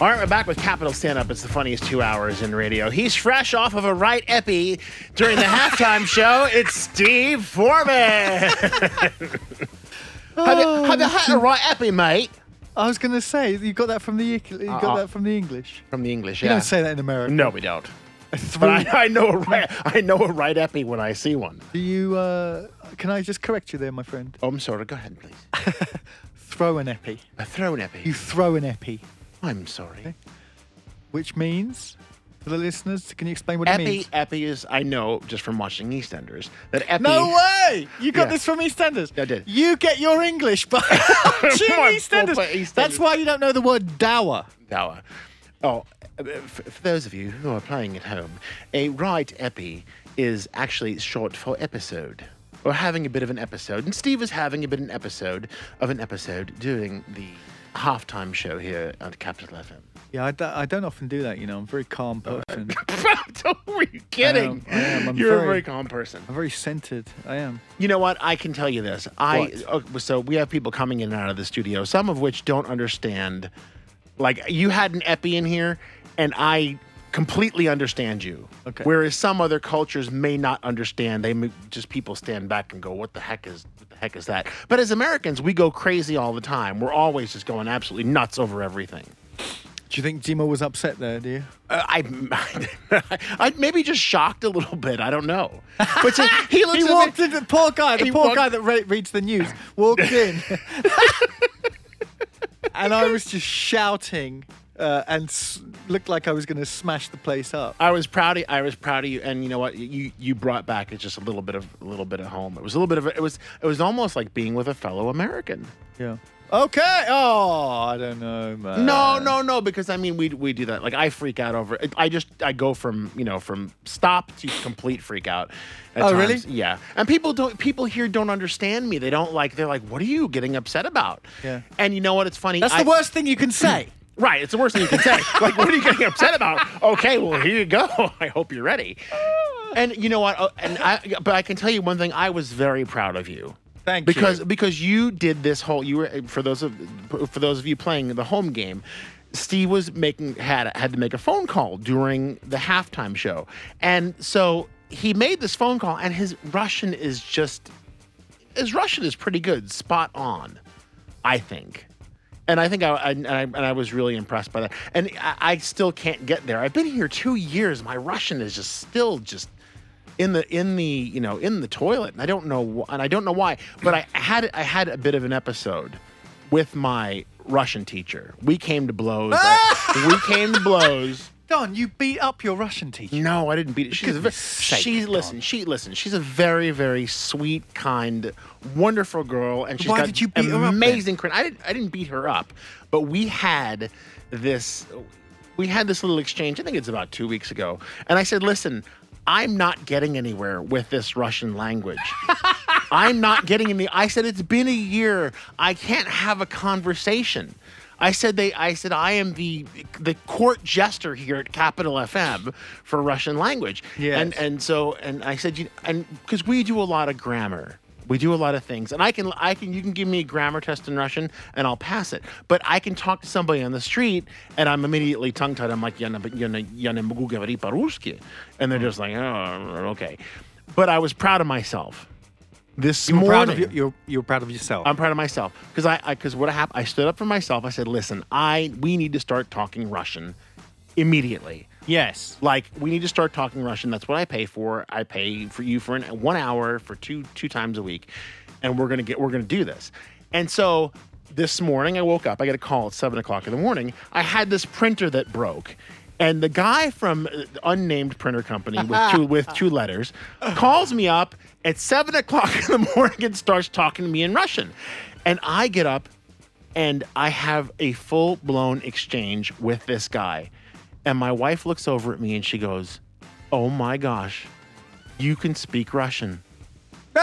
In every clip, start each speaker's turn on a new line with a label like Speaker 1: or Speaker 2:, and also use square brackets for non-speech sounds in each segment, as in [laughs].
Speaker 1: All right, we're back with Capital Stand Up. It's the funniest two hours in radio. He's fresh off of a right epi during the halftime show. It's Steve Foreman.
Speaker 2: [laughs]
Speaker 1: have, you, have you had a right epi, mate?
Speaker 2: Oh. I was going to say you got that from the you got
Speaker 1: Uh-uh.
Speaker 2: that from the English.
Speaker 1: From the English,
Speaker 2: You
Speaker 1: yeah.
Speaker 2: don't say that in America. [laughs]
Speaker 1: No, we don't.
Speaker 2: Three-
Speaker 1: But I, I know a
Speaker 2: [laughs]
Speaker 1: right, I know a right epi when I see one.
Speaker 2: do you? Uh, can I just correct you there, my friend?
Speaker 1: Oh, I'm sorry. Go ahead, please.
Speaker 2: Throw an epi.
Speaker 1: A thrown
Speaker 2: You
Speaker 1: epi.
Speaker 2: throw an epi,
Speaker 1: I'm sorry.
Speaker 2: which means for the listeners, can you explain what it
Speaker 1: Epi,
Speaker 2: means?
Speaker 1: epi is I know just from watching EastEnders that epi.
Speaker 2: No way! You got
Speaker 1: Yeah.
Speaker 2: this from EastEnders.
Speaker 1: I did.
Speaker 2: You get your
Speaker 1: [laughs]
Speaker 2: English by watching
Speaker 1: My
Speaker 2: EastEnders.
Speaker 1: proper EastEnders.
Speaker 2: That's why you don't know the word dower.
Speaker 1: Hour. Oh, uh, for, for those of you who are playing at home, a right epi is actually short for episode. Or having a bit of an episode. And Steve is having a bit of an episode of an episode during the halftime show here at Capital [laughs] FM.
Speaker 2: Yeah, I, d- I don't often do that. You know, I'm a very calm person.
Speaker 1: Are you kidding?
Speaker 2: I am, I'm
Speaker 1: You're a
Speaker 2: afraid.
Speaker 1: very calm person.
Speaker 2: I'm very centered. I am.
Speaker 1: You know what? I can tell you this. I oh, so we have people coming in and out of the studio, some of which don't understand. Like you had an epi in here, and I completely understand you.
Speaker 2: Okay.
Speaker 1: Whereas some other cultures may not understand. They may, just people stand back and go, "What the heck is what the heck is that?" But as Americans, we go crazy all the time. We're always just going absolutely nuts over everything.
Speaker 2: Do you think Jimo was upset there? Do you?
Speaker 1: Uh, I, [laughs] I maybe just shocked a little bit. I don't know. But so he looks
Speaker 2: [laughs] He
Speaker 1: at me-
Speaker 2: walked in. The poor guy. The
Speaker 1: He
Speaker 2: poor
Speaker 1: walked-
Speaker 2: guy that re- reads the news [laughs] walked in, and I was just shouting, uh, and s- looked like I was going to smash the place up.
Speaker 1: I was proud. Of, I was proud of you, and you know what? You you brought back it's just a little bit of a little bit of home. It was a little bit of it was it was almost like being with a fellow American.
Speaker 2: Yeah. Okay. Oh, I don't know, man.
Speaker 1: No, no, no, because I mean we we do that. Like I freak out over. it. I just I go from you know from stop to complete freak out. at
Speaker 2: Oh, really?
Speaker 1: Yeah. And people don't people here don't understand me. They don't like. They're like, what are you getting upset about?
Speaker 2: Yeah.
Speaker 1: And you know what? It's funny.
Speaker 2: That's
Speaker 1: I-
Speaker 2: the worst thing you can say.
Speaker 1: Right, it's the worst thing you can [laughs] say. like, what are you getting upset about? Okay, well here you go. [laughs] I hope you're ready. And you know what? Oh, And I, but I can tell you one thing. I was very proud of you.
Speaker 2: Thank
Speaker 1: because,
Speaker 2: you.
Speaker 1: Because you did this whole. You were for those of for those of you playing the home game. Steve was making had had to make a phone call during the halftime show, and so he made this phone call, and his Russian is just his Russian is pretty good, spot on, I think. And I think I, I, and I and I was really impressed by that. And I, I still can't get there. I've been here two years. My Russian is just still just in the in the you know in the toilet. And I don't know wh- and I don't know why. But I had I had a bit of an episode with my Russian teacher. We came to blows.
Speaker 2: [laughs]
Speaker 1: I- we came to blows.
Speaker 2: [clears throat] Don, you beat up your Russian teacher.
Speaker 1: No, I didn't beat it. She's a very,
Speaker 2: Goodness sake,
Speaker 1: she listen. She listen. She's a very very sweet, kind, wonderful girl, and she's
Speaker 2: Why
Speaker 1: got
Speaker 2: did you beat her up, then?
Speaker 1: amazing. cred- I didn't. I didn't beat her up, but we had this. We had this little exchange. I think it's about two weeks ago, and I said, "Listen, I'm not getting anywhere with this Russian language." [laughs] I'm not getting in the. I said it's been a year. I can't have a conversation. I said they. I said I am the the court jester here at Capital FM for Russian language.
Speaker 2: Yes.
Speaker 1: And and so and I said you and because we do a lot of grammar. We do a lot of things, and I can, I can, you can give me a grammar test in Russian, and I'll pass it. But I can talk to somebody on the street, and I'm immediately tongue-tied. I'm like, я не, я не, я не могу говорить по-русски, and they're just like, oh, okay. But I was proud of myself this
Speaker 2: You're
Speaker 1: morning.
Speaker 2: proud of your, you're, you're proud of yourself.
Speaker 1: I'm proud of myself because I because what happened. I stood up for myself. I said, "Listen, I we need to start talking Russian immediately.
Speaker 2: yes.
Speaker 1: Like we need to start talking Russian. That's what I pay for. I pay for you for an, one hour for two two times a week, and we're gonna get we're gonna do this. And so this morning I woke up. I got a call at seven o'clock in the morning. I had this printer that broke. And the guy from uh, unnamed printer company with two with two letters calls me up at seven o'clock in the [laughs] morning and starts talking to me in Russian. And I get up and I have a full blown exchange with this guy. And my wife looks over at me and she goes, Oh my gosh, you can speak Russian. And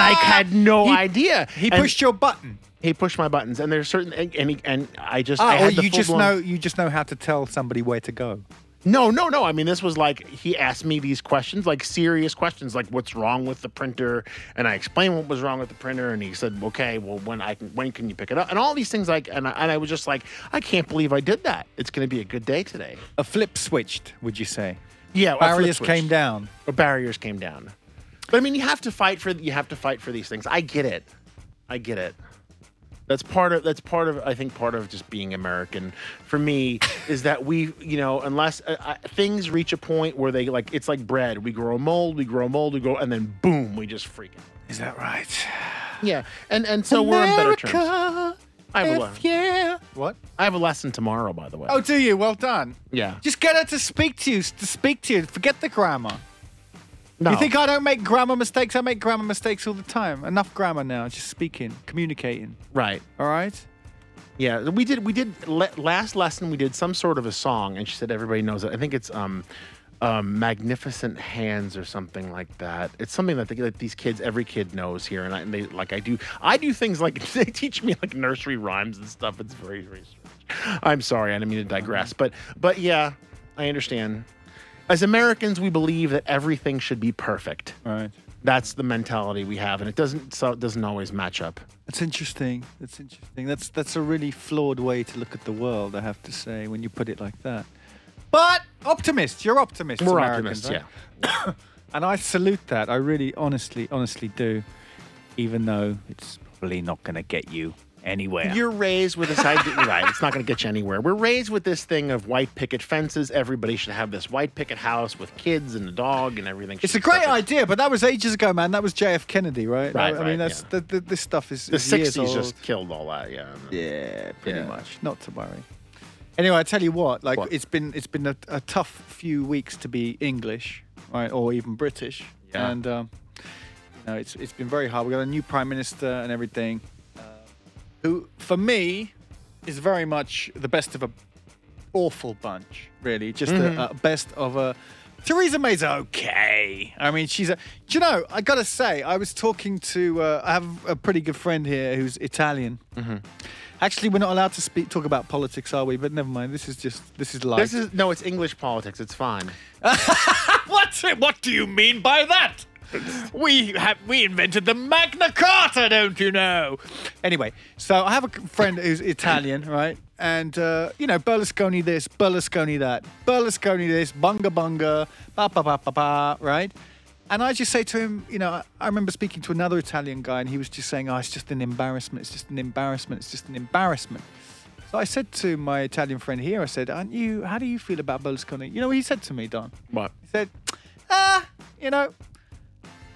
Speaker 1: I had no idea.
Speaker 2: [laughs] Ah, He
Speaker 1: And
Speaker 2: pushed your button.
Speaker 1: He pushed my buttons, and there's certain and and, he, and I just. I
Speaker 2: Ah, or
Speaker 1: had the
Speaker 2: you just
Speaker 1: full-blown-
Speaker 2: know you just know how to tell somebody where to go.
Speaker 1: No, no, no. I mean, this was like he asked me these questions, like serious questions, like what's wrong with the printer, and I explained what was wrong with the printer, and he said, "Okay, well, when I can, when can you pick it up?" And all these things, like, and I, and I was just like, "I can't believe I did that. It's going to be a good day today."
Speaker 2: A flip switched, would you say?
Speaker 1: Yeah, I flip
Speaker 2: Barriers
Speaker 1: switched.
Speaker 2: came down.
Speaker 1: Or barriers came down. But I mean, you have to fight for you have to fight for these things. I get it. I get it. That's part of that's part of I think part of just being American for [laughs] me is that we you know unless uh, uh, things reach a point where they like it's like bread we grow a mold we grow a mold we grow and then boom we just freak out
Speaker 2: Is that right?
Speaker 1: yeah and and so we're on better terms I have, a, le-
Speaker 2: If yeah. What?
Speaker 1: I have a lesson tomorrow by the way
Speaker 2: Oh, do you? Well done.
Speaker 1: yeah
Speaker 2: Just get her to speak to you. To speak to you. Forget the grammar.
Speaker 1: no
Speaker 2: You think I don't make grammar mistakes? I make grammar mistakes all the time. Enough grammar now. Just speaking, communicating.
Speaker 1: right
Speaker 2: All right.
Speaker 1: Yeah, we did. We did le- last lesson. We did some sort of a song, and she said everybody knows it. I think it's um, um, "Magnificent Hands" or something like that. It's something that, they, that these kids, every kid knows here, and, I, and they like. I do. I do things like [laughs] they teach me like nursery rhymes and stuff. It's very very strange. I'm sorry, I didn't mean to digress, but but yeah, I understand. As Americans, we believe that everything should be perfect.
Speaker 2: All right.
Speaker 1: That's the mentality we have, and it doesn't so it doesn't always match up.
Speaker 2: That's interesting. That's interesting. That's that's a really flawed way to look at the world, I have to say, when you put it like that. But optimist, you're optimist.
Speaker 1: We're
Speaker 2: Americans,
Speaker 1: optimists,
Speaker 2: right?
Speaker 1: yeah.
Speaker 2: And I salute that. I really, honestly, honestly do. Even though it's probably not going to get you anywhere.
Speaker 1: You're raised with this [laughs] idea, right? It's not going to get you anywhere. We're raised with this thing of white picket fences. Everybody should have this white picket house with kids and a dog and everything.
Speaker 2: it's
Speaker 1: should
Speaker 2: a
Speaker 1: be
Speaker 2: great
Speaker 1: perfect.
Speaker 2: idea, but that was ages ago, man. That was JF Kennedy, right?
Speaker 1: Right,
Speaker 2: I
Speaker 1: right,
Speaker 2: mean, that's
Speaker 1: yeah.
Speaker 2: th th- this stuff is
Speaker 1: The
Speaker 2: is years
Speaker 1: '60s just
Speaker 2: old.
Speaker 1: killed all that. Yeah.
Speaker 2: Yeah, pretty
Speaker 1: Yeah.
Speaker 2: much. Not to worry. Anyway, I tell you what, like
Speaker 1: What?
Speaker 2: it's been it's been a, a tough few weeks to be English, right, or even British,
Speaker 1: Yeah.
Speaker 2: and um, you know it's it's been very hard. We got a new prime minister and everything, uh, who for me is very much the best of a awful bunch, really. Just a, a best of a. Theresa May's okay. I mean, she's a. Do you know? I gotta say, I was talking to. Uh, I have a pretty good friend here who's Italian. Actually, we're not allowed to speak talk about politics, are we? But never mind. This is just. This is life.
Speaker 1: This is no. It's English politics. It's fine.
Speaker 2: [laughs] what? What do you mean by that? We have we invented the Magna Carta, don't you know? Anyway, so I have a c- friend who's Italian, right? And uh, you know Berlusconi this, Berlusconi that, Berlusconi this, bunga bunga, ba ba ba ba ba, right? And I just say to him, you know, I- I remember speaking to another Italian guy, and he was just saying, "Oh, it's just an embarrassment. It's just an embarrassment. It's just an embarrassment." So I said to my Italian friend here, I said, "Aren't you? How do you feel about Berlusconi?" You know what he said to me, Don?
Speaker 1: What?
Speaker 2: He said, ah, you know,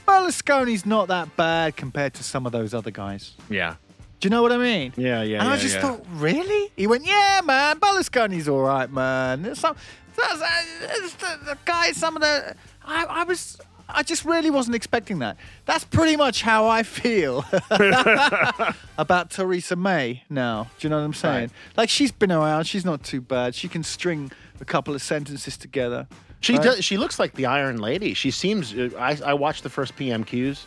Speaker 2: Berlusconi's not that bad compared to some of those other guys.
Speaker 1: Yeah.
Speaker 2: Do you know what I mean?
Speaker 1: Yeah, yeah,
Speaker 2: And I
Speaker 1: yeah,
Speaker 2: just
Speaker 1: yeah.
Speaker 2: thought, really? He went, yeah, man, Berlusconi's all right, man. There's Some, there's, uh, there's the, the guy, some of the, I, I was, I just really wasn't expecting that. That's pretty much how I feel
Speaker 1: [laughs]
Speaker 2: about Theresa May now. Do you know what I'm saying?
Speaker 1: Right.
Speaker 2: Like she's been around, she's not too bad. She can string a couple of sentences together.
Speaker 1: She
Speaker 2: right?
Speaker 1: does. She looks like the Iron Lady. She seems. uh, I, I watched the first PMQs,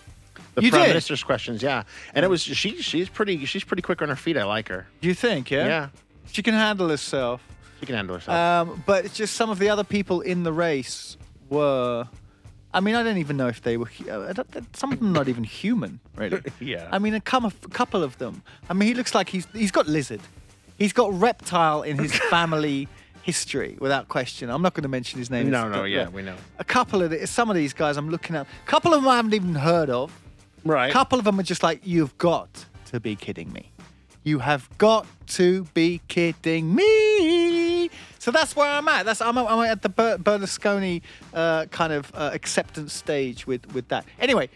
Speaker 1: the
Speaker 2: You
Speaker 1: Prime
Speaker 2: did?
Speaker 1: Minister's questions. Yeah, and it was she. She's pretty. She's pretty quick on her feet. I like her.
Speaker 2: Do you think? Yeah.
Speaker 1: Yeah.
Speaker 2: She can handle herself.
Speaker 1: She can handle herself.
Speaker 2: Um, but it's just some of the other people in the race were. I mean, I don't even know if they were. hu- uh, I don't- that- Some of them not even human, really.
Speaker 1: [laughs] Yeah.
Speaker 2: I mean, a, com- a couple of them. I mean, he looks like he's he's got lizard. He's got reptile
Speaker 1: [laughs]
Speaker 2: in his family history, without question. I'm not going to mention his name.
Speaker 1: No,
Speaker 2: It's-
Speaker 1: no,
Speaker 2: but-
Speaker 1: yeah,
Speaker 2: but
Speaker 1: we know.
Speaker 2: A couple of the, some of these guys I'm looking at. A couple of them I haven't even heard of.
Speaker 1: right. [laughs]
Speaker 2: A couple of them are just like, you've got to be kidding me. You have got to be kidding me. So that's where I'm at. That's I'm, I'm at the Ber- Berlusconi uh, kind of uh, acceptance stage with with that. Anyway,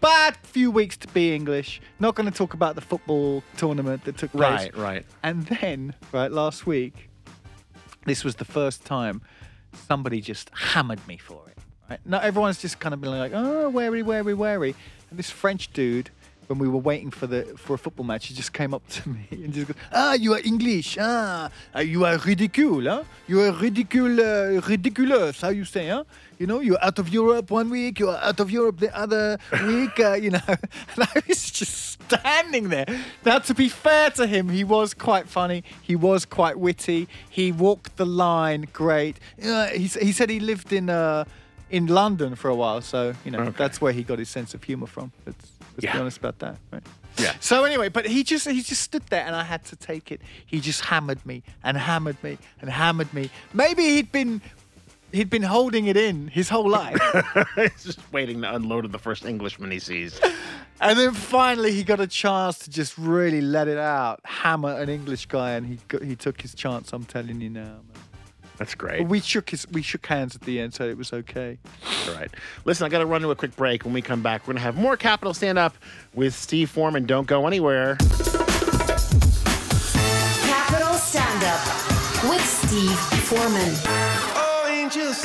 Speaker 2: bad few weeks to be English. Not going to talk about the football tournament that took place.
Speaker 1: Right, right.
Speaker 2: And then right last week, this was the first time somebody just hammered me for it. Right? Now everyone's just kind of been like, oh, wary, wary, wary. And this French dude when we were waiting for the for a football match, he just came up to me [laughs] and just goes, "Ah, you are English. Ah, uh, you are ridicule. Huh? You are ridicule, uh, ridiculous. How you say? Huh? You know, you're out of Europe one week, you're out of Europe the other week. Uh, you know." [laughs] And I was just standing there. Now, to be fair to him, he was quite funny. He was quite witty. He walked the line great. Uh, he, s- he said he lived in. Uh, in London for a while, so you know that's where he got his sense of humor from. Let's, let's
Speaker 1: Yeah.
Speaker 2: be honest about that. Right?
Speaker 1: Yeah.
Speaker 2: So anyway, but he just he just stood there and I had to take it. He just hammered me and hammered me and hammered me. Maybe he'd been he'd been holding it in his whole life.
Speaker 1: He's just waiting to unload at the first Englishman he sees.
Speaker 2: and then finally he got a chance to just really let it out. Hammer an English guy and he got, he took his chance, I'm telling you now. Man.
Speaker 1: That's great.
Speaker 2: But we shook his we shook hands at the end so it was okay.
Speaker 1: All right. Listen, I got to run to a quick break. When we come back, we're going to have more Capital Stand Up with Steve Foreman. Don't go anywhere.
Speaker 3: Capital Stand Up with Steve Foreman.